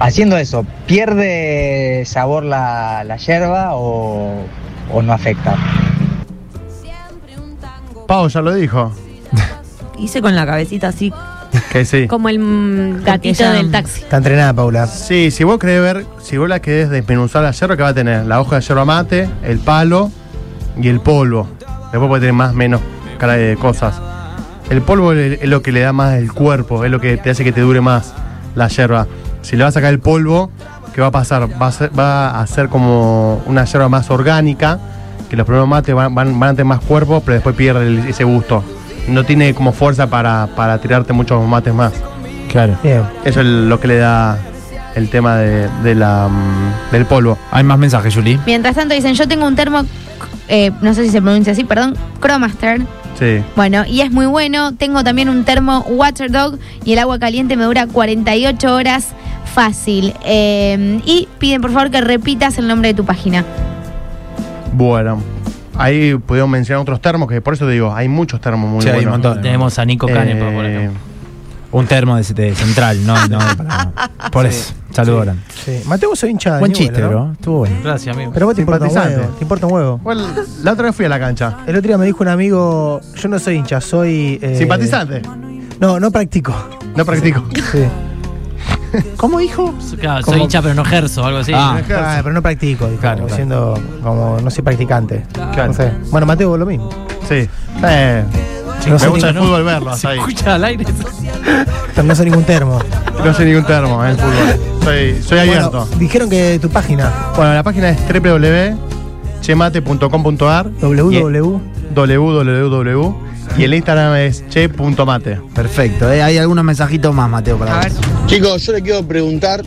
Speaker 10: Haciendo eso, ¿pierde sabor la, la yerba o, o no afecta?
Speaker 3: Pau ya lo dijo,
Speaker 7: Hice con la cabecita así.
Speaker 3: que sí.
Speaker 4: Como el mm, gatito
Speaker 7: Porque ya-
Speaker 4: del taxi.
Speaker 5: Está entrenada, Paula.
Speaker 3: Sí, si vos querés ver, si vos la querés desmenuzar la yerba, que va a tener? La hoja de yerba mate, el palo y el polvo. Después puede tener más, menos cara de cosas. El polvo es es lo que le da más el cuerpo, es lo que te hace que te dure más la yerba. Si le vas a sacar el polvo, ¿qué va a pasar? Va a ser, va a ser como una yerba más orgánica, que los primeros mates van, van- van a tener más cuerpo, pero después pierde el- ese gusto. No tiene como fuerza para, para tirarte muchos mates más.
Speaker 1: Claro.
Speaker 5: Bien.
Speaker 3: Eso es lo que le da el tema de, de la, mm, del polvo.
Speaker 1: Hay más mensajes, Juli.
Speaker 6: Mientras tanto dicen, yo tengo un termo, eh, no sé si se pronuncia así, perdón, Cromaster.
Speaker 3: Sí.
Speaker 6: Bueno, y es muy bueno. Tengo también un termo Waterdog y el agua caliente me dura 48 horas fácil. Eh, y piden por favor que repitas el nombre de tu página.
Speaker 3: Bueno, ahí pudimos mencionar otros termos, que por eso te digo, hay muchos termos muy
Speaker 1: Sí, hay un
Speaker 3: buenos.
Speaker 1: montón.
Speaker 2: Tenemos a Nico
Speaker 3: Eh,
Speaker 2: Canepa, por ejemplo.
Speaker 1: Un termo de, de central, no, no. para- por eso. Saludos, Gran.
Speaker 5: Sí. Mateo, soy hincha de
Speaker 1: Buen
Speaker 5: Newell's,
Speaker 1: chiste,
Speaker 5: ¿no?
Speaker 1: bro. Estuvo bueno.
Speaker 2: Gracias, amigo.
Speaker 5: Pero vos te importa un
Speaker 3: Simpatizante.
Speaker 5: huevo. Te importa un huevo.
Speaker 3: bueno, la otra vez fui a la cancha.
Speaker 5: El otro día me dijo un amigo, yo no soy hincha, soy... eh,
Speaker 3: Simpatizante.
Speaker 5: No, no practico.
Speaker 3: No practico.
Speaker 5: Sí. ¿Cómo dijo?
Speaker 2: Claro, soy
Speaker 5: Como-
Speaker 2: hincha, pero no ejerzo, algo así.
Speaker 1: Ah.
Speaker 5: Ah, pero no practico, dijo,
Speaker 1: Claro,
Speaker 5: como
Speaker 1: claro.
Speaker 5: siendo como no soy practicante.
Speaker 3: Claro.
Speaker 5: No sé. Bueno, Mateo, vos lo mismo.
Speaker 3: Sí. Eh,
Speaker 5: No
Speaker 3: me
Speaker 5: sé
Speaker 3: gusta el
Speaker 5: ningún-
Speaker 3: fútbol verlo, hasta ahí.
Speaker 2: Escucha al aire.
Speaker 5: No soy ningún termo.
Speaker 3: No soy ningún termo en el fútbol. Soy, soy abierto.
Speaker 5: Bueno, dijeron que tu página,
Speaker 3: Bueno, la página es www.chemate.com.ar
Speaker 5: www.
Speaker 3: www y el Instagram es che.mate.
Speaker 1: Perfecto. eh, Hay algunos mensajitos más, Mateo, para
Speaker 7: A ver.
Speaker 1: vos.
Speaker 11: Chicos, yo le quiero preguntar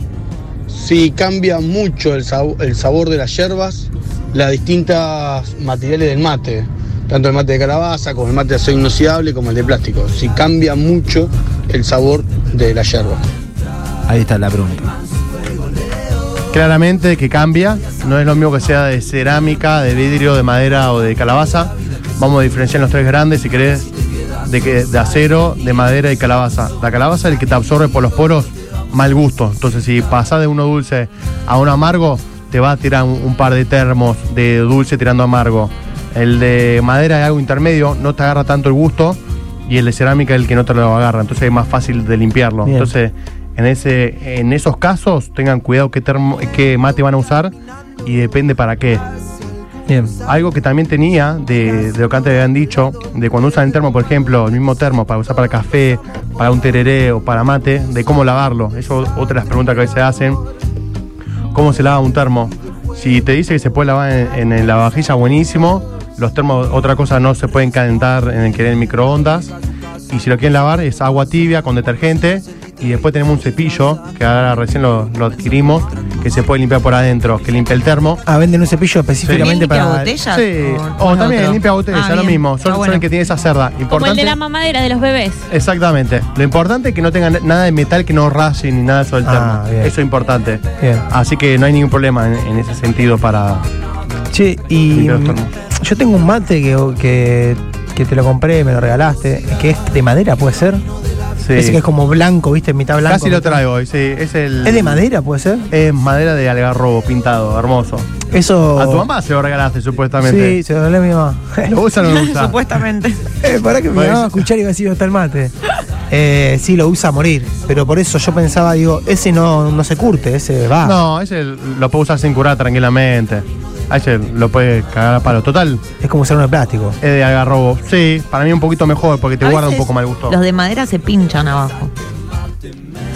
Speaker 11: si cambia mucho el, sab- el sabor de las hierbas, las distintas materiales del mate, tanto el mate de calabaza como el mate de acero inoxidable como el de plástico, si cambia mucho el sabor de la hierba.
Speaker 1: Ahí está la pregunta.
Speaker 3: Claramente que cambia, no es lo mismo que sea de cerámica, de vidrio, de madera o de calabaza. Vamos a diferenciar los tres grandes, si querés, de, que, de acero, de madera y calabaza. La calabaza es el que te absorbe por los poros mal gusto. Entonces, si pasás de uno dulce a uno amargo, te va a tirar un, un par de termos de dulce tirando amargo. El de madera es algo intermedio, no te agarra tanto el gusto. Y el de cerámica es el que no te lo agarra, entonces es más fácil de limpiarlo.
Speaker 5: Bien.
Speaker 3: Entonces, en, ese, en esos casos, tengan cuidado qué, termo, qué mate van a usar y depende para qué.
Speaker 2: Bien.
Speaker 3: Algo que también tenía de, de lo que antes habían dicho, de cuando usan el termo, por ejemplo, el mismo termo para usar para café, para un tereré o para mate, de cómo lavarlo. Eso es otra de las preguntas que a veces hacen. ¿Cómo se lava un termo? Si te dice que se puede lavar en, en el lavavajilla, buenísimo. Los termos, otra cosa, no se pueden calentar en el que en microondas. Y si lo quieren lavar, es agua tibia con detergente. Y después tenemos un cepillo, que ahora recién lo, lo adquirimos, que se puede limpiar por adentro, que limpia el termo.
Speaker 5: Ah, venden un cepillo específicamente
Speaker 3: ¿Limpia
Speaker 5: para.
Speaker 7: botellas?
Speaker 3: Sí, o,
Speaker 7: ¿O es
Speaker 3: también
Speaker 7: otro?
Speaker 3: limpia botellas,
Speaker 7: Ah,
Speaker 3: es lo
Speaker 7: bien.
Speaker 3: mismo.
Speaker 7: Ah,
Speaker 3: Son, son
Speaker 7: bueno.
Speaker 3: el que tiene esa cerda. Importante,
Speaker 4: Como el de la mamadera de los bebés.
Speaker 3: Exactamente. Lo importante es que no tengan nada de metal que no raye ni nada sobre el
Speaker 5: Ah,
Speaker 3: termo.
Speaker 5: bien.
Speaker 3: Eso es importante.
Speaker 5: Bien.
Speaker 3: Así que no hay ningún problema en, en ese sentido para
Speaker 5: Che, y
Speaker 3: limpiar los
Speaker 5: mm,
Speaker 3: termos.
Speaker 5: yo tengo un mate que, que, que te lo compré, me lo regalaste, que es de madera, puede ser.
Speaker 3: Sí.
Speaker 5: Ese que es como blanco, viste, mitad blanco.
Speaker 3: Casi lo
Speaker 5: mitad-
Speaker 3: traigo hoy, sí. Es, el,
Speaker 5: ¿Es de madera, puede ser?
Speaker 3: Es madera de algarrobo pintado, hermoso.
Speaker 5: Eso.
Speaker 3: A tu mamá se lo regalaste, supuestamente.
Speaker 5: Oh. Sí, se lo hablé a mi mamá.
Speaker 3: ¿Lo usa o no lo usa?
Speaker 7: Supuestamente.
Speaker 5: Eh, para que me
Speaker 3: Bueno,
Speaker 5: van
Speaker 3: eso-
Speaker 5: a escuchar y va a decir está el mate. Eh, sí, lo usa a morir. Pero por eso yo pensaba, digo, ese no, no se curte, ese va.
Speaker 3: No, ese lo puede usar sin curar tranquilamente. A ese lo puede cagar a palo. Total,
Speaker 5: Es como usar uno de plástico.
Speaker 3: es eh, de algarrobo. Sí, para mí un poquito mejor porque te
Speaker 7: A
Speaker 3: guarda un
Speaker 7: veces
Speaker 3: poco mal gusto.
Speaker 7: Los de madera se pinchan abajo.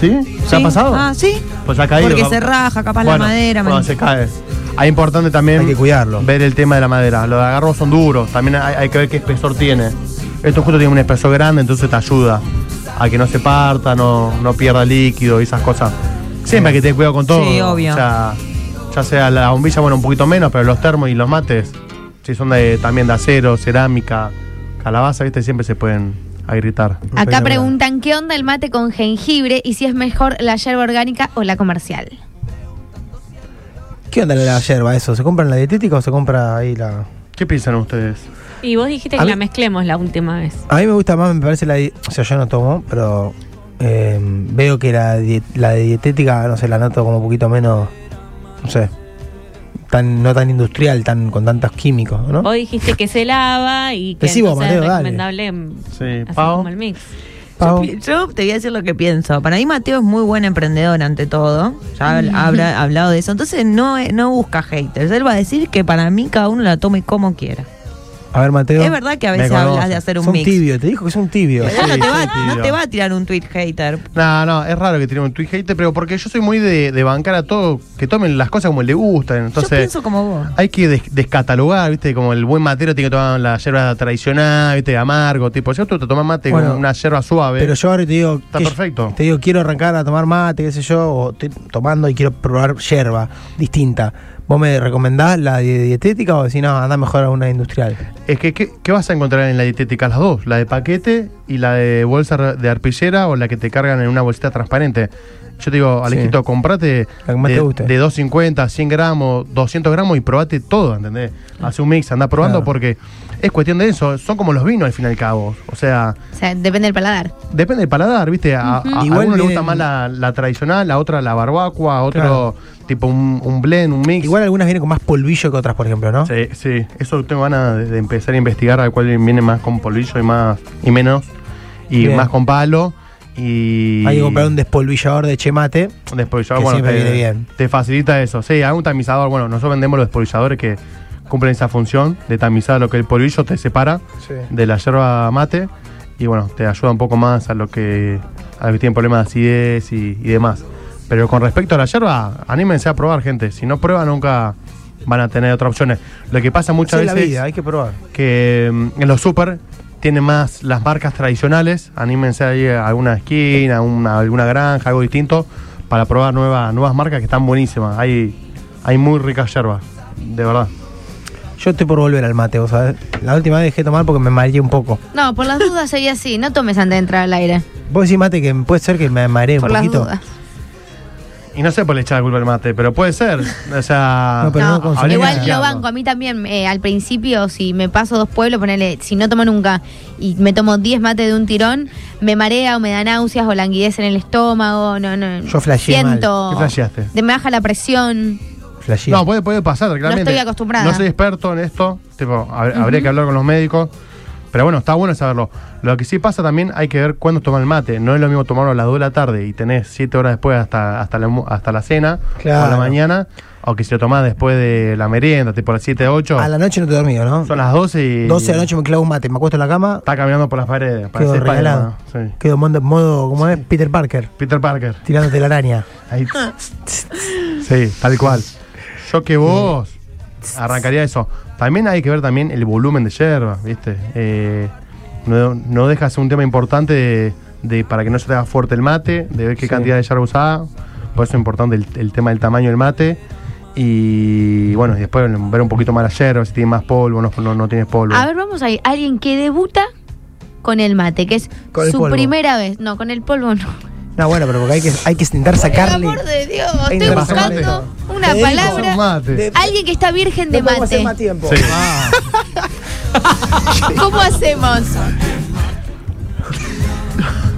Speaker 3: ¿Sí? ¿Se ha
Speaker 7: Sí.
Speaker 3: pasado?
Speaker 7: Ah, sí.
Speaker 3: Pues ha caído.
Speaker 7: Porque
Speaker 3: cap-
Speaker 7: se raja, capaz
Speaker 3: Bueno,
Speaker 7: la madera.
Speaker 3: Cuando
Speaker 7: man-
Speaker 3: se cae. Es importante también
Speaker 5: Hay que cuidarlo.
Speaker 3: ver el tema de la madera. Los agarros son duros, también hay, hay que ver qué espesor tiene. Esto justo tiene un espesor grande, entonces te ayuda a que no se parta, no, no pierda líquido y esas cosas. Siempre hay que tener cuidado con todo.
Speaker 7: Sí, obvio.
Speaker 3: O sea, ya sea la bombilla, bueno, un poquito menos, pero los termos y los mates, si son de, también de acero, cerámica, calabaza, viste, siempre se pueden agrietar.
Speaker 6: Acá preguntan qué onda el mate con jengibre y si es mejor la yerba orgánica o la comercial.
Speaker 5: ¿Qué onda la yerba eso? ¿Se compra en la dietética o se compra ahí la.?
Speaker 3: ¿Qué piensan ustedes?
Speaker 4: Y vos dijiste
Speaker 5: A
Speaker 4: que
Speaker 5: mí-
Speaker 4: la mezclemos la última vez.
Speaker 5: A mí me gusta más, me parece la. di- O sea, yo no tomo, pero eh, veo que la, di- la de dietética, no sé, la noto como un poquito menos. No sé. Tan, no tan industrial, tan con tantos químicos, ¿no?
Speaker 4: Vos dijiste que se lava y que
Speaker 5: Decí vos,
Speaker 4: entonces es
Speaker 5: Mateo, dale.
Speaker 4: recomendable mm,
Speaker 3: Sí,
Speaker 4: hacer
Speaker 3: Pau.
Speaker 4: como el mix.
Speaker 5: Pau.
Speaker 7: Yo, yo te voy a decir lo que pienso. Para mí Mateo es muy buen emprendedor ante todo. Ya habl- habrá hablado de eso. Entonces no, eh, no busca haters. Él va a decir que para mí cada uno la tome como quiera.
Speaker 5: A ver, Mateo.
Speaker 7: es verdad que a
Speaker 3: me
Speaker 7: veces
Speaker 3: conoce.
Speaker 7: hablas de hacer un
Speaker 5: son
Speaker 7: mix.
Speaker 5: tibio, te dijo que son tibios.
Speaker 7: Pero no,
Speaker 3: Sí,
Speaker 7: te va,
Speaker 3: son
Speaker 7: no
Speaker 3: tibios.
Speaker 7: te va a tirar un tweet hater.
Speaker 3: No, no, es raro que tiene un tweet hater, pero porque yo soy muy de, de bancar a todo, que tomen las cosas como le gustan.
Speaker 7: yo
Speaker 3: Entonces,
Speaker 7: pienso como vos.
Speaker 3: hay que des- descatalogar, ¿viste? Como el buen matero tiene que tomar la yerba tradicional, ¿viste? Amargo, tipo. Si tú te tomas mate
Speaker 5: Bueno,
Speaker 3: con una yerba suave,
Speaker 5: Pero yo ahora te digo.
Speaker 3: está
Speaker 5: que-
Speaker 3: perfecto.
Speaker 5: Te digo, quiero arrancar a tomar mate, qué sé yo, o estoy tomando y quiero probar yerba distinta. ¿Vos me recomendás la de dietética o decís, no, anda mejor a una industrial?
Speaker 3: Es que, ¿qué, qué vas a encontrar en la dietética? Las dos, la de paquete y la de bolsa re- de arpillera o la que te cargan en una bolsita transparente. Yo te digo, Alejito, comprate
Speaker 5: La que más
Speaker 3: de,
Speaker 5: te guste.
Speaker 3: de 250, 100 gramos, 200 gramos y probate todo, ¿entendés? Hace un mix, anda probando
Speaker 5: Claro.
Speaker 3: porque es cuestión de eso. Son como los vinos al fin y al cabo. O sea,
Speaker 6: O sea, depende del paladar.
Speaker 3: Depende del paladar, ¿viste? A, a- a
Speaker 5: Igual
Speaker 3: alguno le gusta
Speaker 5: vienen-
Speaker 3: más la, la tradicional, a otra la barbacoa, a otro
Speaker 5: Claro.
Speaker 3: tipo un, un blend, un mix.
Speaker 5: Igual algunas vienen con más polvillo que otras, por ejemplo, ¿no?
Speaker 3: Sí, sí. Eso tengo ganas de, de empezar a investigar a cuál viene más con polvillo y más y menos. Y
Speaker 5: Bien.
Speaker 3: más con palo. Y
Speaker 5: Hay que comprar un despolvillador de chemate.
Speaker 3: despolvillador.
Speaker 5: que
Speaker 3: bueno,
Speaker 5: siempre
Speaker 3: te,
Speaker 5: viene bien.
Speaker 3: te facilita eso. Sí, algún tamizador. Bueno, nosotros vendemos los despolvilladores que cumplen esa función de tamizar lo que el polvillo te separa de la yerba mate y bueno, te ayuda un poco más a lo que a los que tienen problemas de acidez y, y demás. Pero con respecto a la yerba, anímense a probar, gente. Si no prueban, nunca van a tener otras opciones. Lo que pasa muchas
Speaker 5: Muchas veces. la
Speaker 3: veces
Speaker 5: vida, hay que probar.
Speaker 3: que mm, en los super tienen más las marcas tradicionales. Anímense ahí a alguna esquina, a una- alguna granja, algo distinto, para probar nuevas, nuevas marcas que están buenísimas. Hay, hay muy ricas yerbas, de verdad.
Speaker 5: Yo estoy por volver al mate, vos sabés. La última vez dejé de tomar porque me mareé un poco.
Speaker 6: No, por las dudas sería así. No tomes antes de entrar al aire.
Speaker 5: Vos decís mate que puede ser que me mareé un
Speaker 6: Por las
Speaker 5: poquito.
Speaker 6: dudas.
Speaker 3: Y no sé por le echar la culpa al mate, pero puede ser. O sea,
Speaker 5: No, pero no consumía.
Speaker 3: hablemos
Speaker 6: Igual
Speaker 3: de
Speaker 6: lo
Speaker 3: chequearlo.
Speaker 6: banco, a mí también, eh, al principio, si me paso dos pueblos, ponele, si no tomo nunca y me tomo 10 mates de un tirón, me marea o me da náuseas o languidez en el estómago, no, no.
Speaker 5: Yo flasheé mal.
Speaker 6: Siento.
Speaker 3: ¿Qué flasheaste?
Speaker 6: de- me baja la presión.
Speaker 5: Flasheé.
Speaker 3: No, puede, puede pasar, claramente.
Speaker 6: estoy acostumbrada.
Speaker 3: No soy experto en esto, tipo, hab- habría que hablar con los médicos. Pero bueno, está bueno saberlo. Lo que sí pasa también, hay que ver cuándo tomar el mate. No es lo mismo tomarlo a las 2 de la tarde y tenés 7 horas después hasta, hasta, la, mu- hasta la cena o la
Speaker 5: Claro.
Speaker 3: mañana, o que si lo tomás después de la merienda, tipo a las 7, 8.
Speaker 5: A la noche no te dormí, ¿no?
Speaker 3: Son las 12 y.
Speaker 5: 12 de la noche me clavo un mate, me acuesto en la cama,
Speaker 3: Está caminando por las paredes.
Speaker 5: quedo
Speaker 3: parece
Speaker 5: regalado.
Speaker 3: Spider-Man, sí.
Speaker 5: Quedo en modo, modo ¿cómo es? Peter Parker,
Speaker 3: Peter Parker.
Speaker 5: tirándote la araña.
Speaker 3: Ahí. sí, tal cual. Yo que vos arrancaría eso. También hay que ver también el volumen de yerba, ¿viste? Eh, no, no deja de ser un tema importante de, de- para que no se te haga fuerte el mate, de ver qué cantidad de yerba usada. Por eso es importante el, el tema del tamaño del mate. Y bueno, y después ver un poquito más la yerba, si tiene más polvo, no, no, no tienes polvo.
Speaker 6: A ver, vamos a ir. Alguien que debuta con el mate, que es
Speaker 5: Con el
Speaker 6: su
Speaker 5: polvo.
Speaker 6: primera vez. No, con el polvo no.
Speaker 5: No, bueno, pero porque hay que, hay que intentar
Speaker 6: Por
Speaker 5: sacarle.
Speaker 6: amor de Dios,
Speaker 5: Hay que
Speaker 6: estoy
Speaker 5: pasar mate.
Speaker 6: buscando una
Speaker 5: Federico,
Speaker 3: Un
Speaker 6: palabra.
Speaker 3: mate.
Speaker 5: De-
Speaker 6: Alguien que está virgen de
Speaker 5: No podemos hacer
Speaker 6: mate.
Speaker 5: más tiempo.
Speaker 3: Sí.
Speaker 6: ¿Cómo hacemos?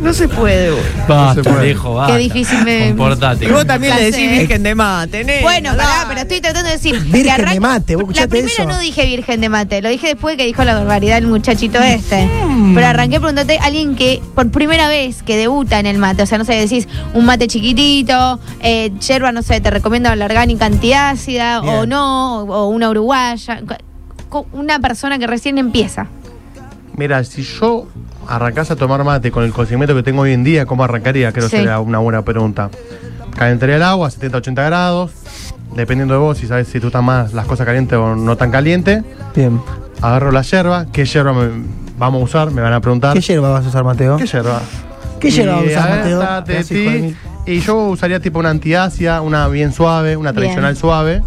Speaker 7: No se puede, güey.
Speaker 3: No se
Speaker 2: Basta,
Speaker 3: puede.
Speaker 2: viejo, basta.
Speaker 6: Qué difícil me-
Speaker 2: Comportate.
Speaker 7: Y vos también le decís
Speaker 6: Ya sé.
Speaker 7: virgen de mate, nena,
Speaker 6: Bueno, pará,
Speaker 7: dale.
Speaker 6: pero estoy tratando de decir.
Speaker 5: Virgen
Speaker 6: que arran-
Speaker 5: de mate, ¿vos
Speaker 6: La
Speaker 5: escuchaste
Speaker 6: primera
Speaker 5: eso?
Speaker 6: no dije virgen de mate, lo dije después que dijo la barbaridad el
Speaker 5: Mm.
Speaker 6: muchachito este. Pero arranqué preguntándote a alguien que por primera vez que debuta en el mate, o sea, no sé, decís un mate chiquitito, eh, yerba, no sé, te recomiendo la orgánica antiácida o
Speaker 5: Bien.
Speaker 6: no, o, o una uruguaya. co- Una persona que recién empieza.
Speaker 3: Mira, si yo arrancase a tomar mate con el conocimiento que tengo hoy en día, ¿cómo arrancaría? Creo
Speaker 6: Sí.
Speaker 3: que sería una buena pregunta. Calentaría el agua a 70-80 grados, dependiendo de vos, si sabes si tú estás más las cosas calientes o no tan caliente.
Speaker 5: Bien.
Speaker 3: Agarro la yerba, ¿qué yerba me- vamos a usar? Me van a preguntar.
Speaker 5: ¿Qué yerba vas a usar, Mateo?
Speaker 3: ¿Qué yerba?
Speaker 5: ¿Qué yerba vas a
Speaker 3: Y
Speaker 5: usar,
Speaker 3: ver,
Speaker 5: Mateo?
Speaker 3: tate,
Speaker 5: Pedazo de hijo de
Speaker 3: ti.
Speaker 5: mil.
Speaker 3: Y yo usaría tipo una antiácida, una bien suave, una
Speaker 6: Bien.
Speaker 3: tradicional suave,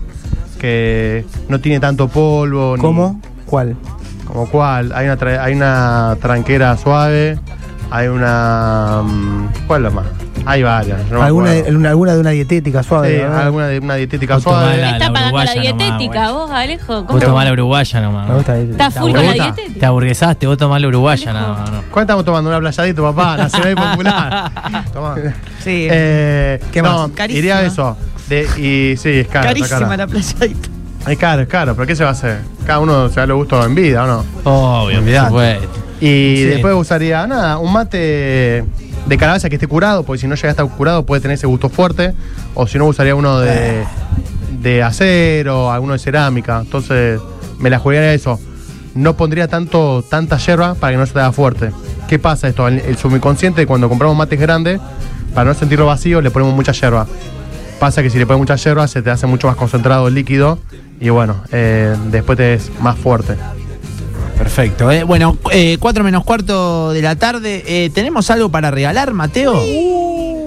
Speaker 3: que no tiene tanto polvo. ni-
Speaker 5: ¿Cómo? ¿Cuál?
Speaker 3: como cuál, hay una, tra- hay una tranquera suave, hay una. mm, ¿Cuál es la más? Hay varias. no me
Speaker 5: ¿Alguna,
Speaker 3: acuerdo.
Speaker 5: de, alguna de una dietética suave?
Speaker 3: Sí,
Speaker 5: ¿verdad?
Speaker 3: alguna de una dietética
Speaker 2: Vos tomá
Speaker 3: suave.
Speaker 2: la-
Speaker 4: Está pagando la
Speaker 2: uruguaya nomás,
Speaker 4: dietética,
Speaker 2: güey.
Speaker 4: vos, Alejo. ¿Cómo?
Speaker 2: Vos tomás la uruguaya nomás.
Speaker 5: Me gusta.
Speaker 4: Está full
Speaker 2: ¿Te
Speaker 4: con la
Speaker 2: gusta? Te
Speaker 4: dietética.
Speaker 2: aburguesaste, vos tomás la uruguaya nada más. ¿no?
Speaker 3: ¿Cuál estamos tomando? Una playadita, papá, nacional y popular. Tomá.
Speaker 7: Sí.
Speaker 3: Eh,
Speaker 5: ¿Qué
Speaker 3: no,
Speaker 5: más?
Speaker 7: Carísima.
Speaker 3: Iría a eso. De, y sí, es caro. está
Speaker 7: Carísima
Speaker 3: cara.
Speaker 7: la playadita.
Speaker 3: Es caro, es caro, pero ¿qué se va a hacer? Cada uno se da lo gusto en vida, ¿o no?
Speaker 2: Obvio, por
Speaker 3: Olvidate.
Speaker 2: supuesto.
Speaker 3: Y
Speaker 2: Sí.
Speaker 3: después usaría, nada, un mate de calabaza que esté curado, porque si no llega a estar curado puede tener ese gusto fuerte. O si no, usaría uno de, de acero, alguno de cerámica. Entonces, me la jugaría eso. No pondría tanto, tanta yerba para que no se te haga fuerte. ¿Qué pasa esto? El, el subconsciente, cuando compramos mates grandes, para no sentirlo vacío, le ponemos mucha yerba. Pasa que si le pones mucha yerba, se te hace mucho más concentrado el líquido. Y bueno, eh, después te es más fuerte.
Speaker 1: Perfecto. eh. Bueno, 4 menos cuarto de la tarde. eh, ¿Tenemos algo para regalar, Mateo?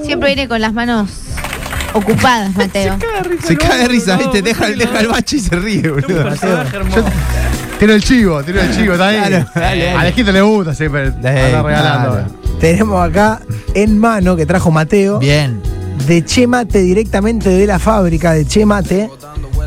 Speaker 6: Siempre viene con las manos ocupadas, Mateo.
Speaker 5: Uh,
Speaker 1: Se cae de risa, ¿viste? Deja, deja el bache y se ríe, boludo.
Speaker 3: Tiene el chivo, tiene el chivo, está ahí.
Speaker 1: Claro, dale, dale.
Speaker 3: A Alejito le gusta siempre.
Speaker 1: Dale,
Speaker 3: anda regalando.
Speaker 1: claro.
Speaker 5: Tenemos acá en mano que trajo Mateo
Speaker 1: Bien.
Speaker 5: de Che Mate directamente de la fábrica de Che Mate.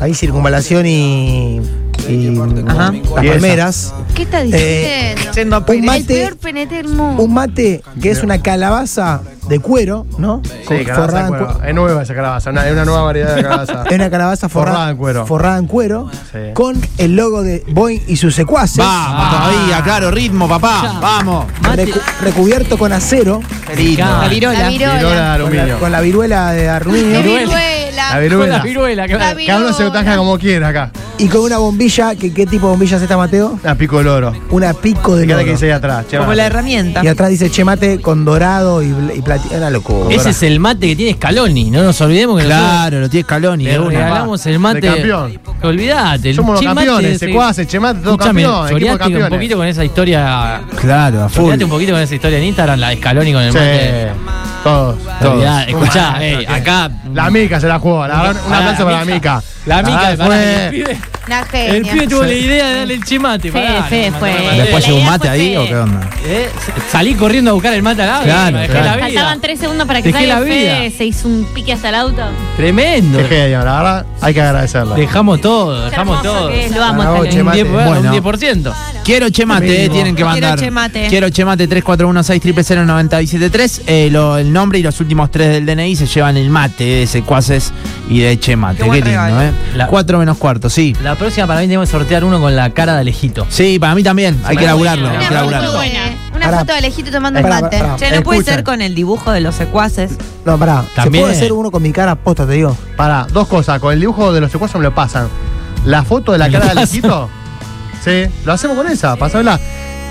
Speaker 5: Ahí circunvalación y, y
Speaker 7: Ajá.
Speaker 5: las
Speaker 3: Y esa.
Speaker 5: palmeras.
Speaker 6: ¿Qué estás
Speaker 5: Eh,
Speaker 6: diciendo?
Speaker 7: Yendo a
Speaker 5: Un
Speaker 7: Pérez.
Speaker 6: El
Speaker 5: mate,
Speaker 6: peor penete del mundo.
Speaker 5: un mate que es una calabaza de cuero, ¿no?
Speaker 3: Sí, calabaza
Speaker 5: Forrada
Speaker 3: de
Speaker 5: en
Speaker 3: cuero.
Speaker 5: cu-
Speaker 3: Es nueva esa calabaza, una- es una nueva variedad de calabaza.
Speaker 5: Es una calabaza forrada,
Speaker 3: Forrada en cuero.
Speaker 5: forrada en cuero,
Speaker 3: Sí.
Speaker 5: con el logo de Boeing y sus secuaces.
Speaker 1: Vamos,
Speaker 2: Ah.
Speaker 1: todavía, claro, ritmo, papá. Vamos.
Speaker 5: recu- recubierto con acero,
Speaker 1: Qué lindo.
Speaker 2: La
Speaker 6: La virola.
Speaker 3: Virola de
Speaker 5: con la,
Speaker 3: aluminio.
Speaker 5: con la viruela de
Speaker 6: La
Speaker 5: arruinio
Speaker 6: viruela.
Speaker 3: La viruela.
Speaker 2: viruela,
Speaker 6: La
Speaker 2: claro.
Speaker 3: Cada uno se
Speaker 6: viruela.
Speaker 3: taja como quiera acá.
Speaker 5: y con una bombilla, que, ¿qué tipo de bombilla es esta, Mateo?
Speaker 3: A pico del oro.
Speaker 5: Una pico de
Speaker 3: Fíjate
Speaker 5: loro.
Speaker 3: que dice ahí atrás. che,
Speaker 7: Como
Speaker 3: vale.
Speaker 7: la herramienta.
Speaker 5: Y atrás dice Che Mate con dorado y, bla- y platino. Era loco.
Speaker 2: Ese es el mate que tiene Scaloni, no nos olvidemos que nosotros
Speaker 1: Claro, lo tiene Caloni.
Speaker 2: le
Speaker 1: de una.
Speaker 2: regalamos el mate.
Speaker 3: De campeón.
Speaker 2: Olvidate, el
Speaker 3: Somos los
Speaker 2: che mate
Speaker 3: campeones,
Speaker 2: ese-
Speaker 3: secuaces, chemate, todos
Speaker 2: Escuchame,
Speaker 3: campeones, equipo de
Speaker 2: soleate un
Speaker 3: campeones.
Speaker 2: poquito con esa historia.
Speaker 1: Claro, a full.
Speaker 2: Soleate un poquito con esa historia en Instagram, la de Scaloni con el
Speaker 3: Sí,
Speaker 2: mate.
Speaker 3: todos, todos.
Speaker 2: Olvidate, Escuchá,
Speaker 3: Bueno,
Speaker 2: ey,
Speaker 3: ¿qué?
Speaker 2: acá
Speaker 3: La mica se la jugó. La, verdad, un
Speaker 2: Ah,
Speaker 3: aplauso
Speaker 2: la
Speaker 3: para la
Speaker 2: Mica.
Speaker 3: mica.
Speaker 2: La Mica,
Speaker 3: verdad,
Speaker 2: pará, el
Speaker 3: fue.
Speaker 2: pibe-
Speaker 6: Una genia.
Speaker 2: El pibe tuvo la idea de darle el chemate.
Speaker 6: Fede,
Speaker 2: pará,
Speaker 6: Fede
Speaker 2: no,
Speaker 6: fue.
Speaker 2: no, no, no,
Speaker 1: ¿Después
Speaker 6: la
Speaker 1: llegó un
Speaker 6: idea
Speaker 1: mate
Speaker 6: fue
Speaker 1: ahí
Speaker 6: que-
Speaker 1: o qué onda?
Speaker 2: Eh, salí corriendo a buscar el mate al auto.
Speaker 1: Claro,
Speaker 2: dejé
Speaker 1: claro.
Speaker 2: la vida.
Speaker 4: Faltaban tres segundos para que
Speaker 2: Dejé
Speaker 4: salga
Speaker 2: la
Speaker 4: el
Speaker 2: vida.
Speaker 4: Fede, se hizo un pique hasta el auto.
Speaker 2: Tremendo.
Speaker 3: Qué genio, la verdad, hay que agradecerla.
Speaker 2: Dejamos todo,
Speaker 4: Qué
Speaker 2: dejamos
Speaker 4: hermoso
Speaker 2: todo.
Speaker 4: que es, Lo amo.
Speaker 5: Ganó
Speaker 4: Talía.
Speaker 5: Chemate.
Speaker 2: Un 10%.
Speaker 1: Bueno.
Speaker 2: un 10%.
Speaker 1: Quiero chemate, eh, tienen que
Speaker 7: Quiero
Speaker 1: mandar.
Speaker 7: chemate.
Speaker 1: Quiero chemate 3416 eh, lo- El nombre y los últimos tres del DNI se llevan el mate de secuaces y de chemate.
Speaker 7: Qué
Speaker 1: Qué,
Speaker 7: buen
Speaker 1: lindo,
Speaker 7: regalo.
Speaker 1: ¿eh?
Speaker 2: La-
Speaker 1: 4 menos cuarto, sí.
Speaker 2: La próxima para mí tenemos que sortear uno con la cara de Alejito.
Speaker 1: Sí, para mí también. Hay que
Speaker 2: Una
Speaker 1: laburarlo. Hay que
Speaker 6: Una
Speaker 4: buena.
Speaker 6: foto,
Speaker 1: laburarlo.
Speaker 6: buena. Una
Speaker 5: Pará.
Speaker 6: foto de Alejito tomando un
Speaker 5: Pará,
Speaker 6: mate.
Speaker 5: pará,
Speaker 7: Che, no puede
Speaker 5: Escuchen.
Speaker 7: ser con el dibujo de los secuaces.
Speaker 5: No, pará.
Speaker 2: También.
Speaker 5: Se puede hacer uno con mi cara posta, te digo.
Speaker 3: Pará, dos cosas. Con el dibujo de los secuaces me lo pasan. La foto de la
Speaker 2: Me lo
Speaker 3: cara de
Speaker 2: pasan.
Speaker 3: Alejito. Sí, lo hacemos con esa, pasámosla.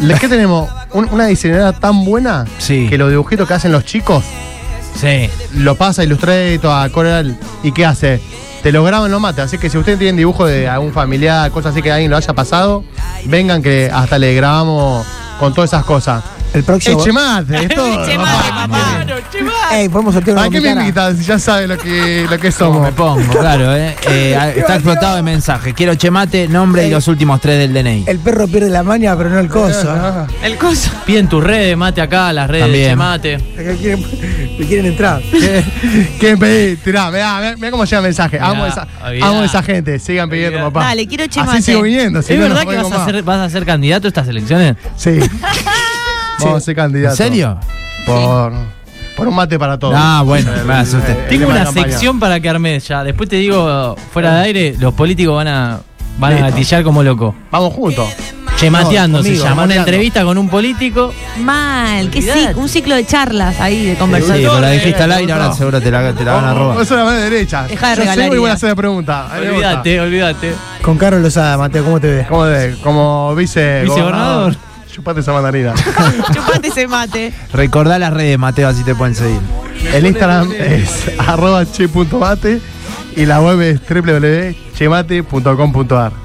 Speaker 3: La- ¿Qué tenemos? Un- una diseñadora tan buena
Speaker 1: Sí.
Speaker 3: que los dibujitos que hacen los chicos
Speaker 2: Sí.
Speaker 3: lo pasa Illustrator a Corel y ¿qué hace? Te lo graban, lo mate. Así que si ustedes tienen dibujo de algún familiar, cosas así que alguien lo haya pasado, vengan que hasta le grabamos con todas esas cosas.
Speaker 5: El próximo.
Speaker 3: Eche mate, es todo.
Speaker 7: Chemate,
Speaker 3: papá.
Speaker 7: papá.
Speaker 5: Ey, podemos sortear uno
Speaker 3: ¿Para
Speaker 5: con
Speaker 3: qué
Speaker 5: mi
Speaker 3: me
Speaker 5: cara.
Speaker 3: invitan si ya sabe lo que, lo que
Speaker 1: ¿Cómo
Speaker 3: somos?
Speaker 1: me pongo? Claro, ¿eh? Eh, está explotado de mensaje. Quiero chemate, nombre y
Speaker 5: El-
Speaker 1: los últimos tres del DNI.
Speaker 5: El perro pierde la maña, pero no el coso. ¿eh?
Speaker 7: El coso.
Speaker 2: Piden tus redes, mate acá, las redes
Speaker 1: También.
Speaker 2: de Chemate.
Speaker 5: Acá quieren, me quieren entrar.
Speaker 3: ¿Quién pedí? Tirá, mirá, mirá, mirá cómo llega el mensaje.
Speaker 2: Mirá,
Speaker 3: amo, esa,
Speaker 2: olvidá.
Speaker 3: amo esa gente, sigan pidiendo,
Speaker 2: Olvidá.
Speaker 3: papá.
Speaker 7: Dale, quiero chemate.
Speaker 3: Así sigo viniendo. si
Speaker 2: ¿Es
Speaker 3: no, no
Speaker 2: verdad que
Speaker 3: vengo
Speaker 2: vas a,
Speaker 3: más.
Speaker 2: ser, vas a ser candidato a estas elecciones?
Speaker 3: Sí. Vamos a ser
Speaker 1: ¿En
Speaker 3: candidatos.
Speaker 1: serio?
Speaker 3: Por, por un mate para todos.
Speaker 1: Ah, bueno, me asusté.
Speaker 3: eh,
Speaker 2: Tengo
Speaker 3: tema de
Speaker 2: una
Speaker 3: campaña.
Speaker 2: sección para que armes ya. Después te digo, fuera de aire, los políticos van a, van a gatillar como loco.
Speaker 3: Vamos juntos.
Speaker 2: Chemateando
Speaker 3: No,
Speaker 2: se
Speaker 3: conmigo,
Speaker 2: llama. Una
Speaker 3: mateando.
Speaker 2: entrevista con un político.
Speaker 7: Mal, que sí,
Speaker 2: Olvidate.
Speaker 7: un ciclo de charlas ahí, de
Speaker 1: Sí,
Speaker 7: conversación.
Speaker 1: pero la dijiste al aire, ahora seguro te la, te la van a robar.
Speaker 3: Eso es la mano derecha.
Speaker 7: Deja de
Speaker 3: Yo
Speaker 7: regalar
Speaker 3: soy muy buena
Speaker 7: ideas.
Speaker 3: hacer la pregunta. A mí me gusta.
Speaker 2: Olvídate, olvídate.
Speaker 5: Con Carlos Lozada, Mateo, ¿cómo te ves?
Speaker 3: Como, de- como vice.
Speaker 2: Vicegobernador.
Speaker 3: Chupate esa mandarina.
Speaker 7: Chupate ese mate.
Speaker 1: Recordá las redes, Mateo, así te pueden seguir.
Speaker 3: El Instagram es arroba che.mate y la web es www.chemate.com.ar.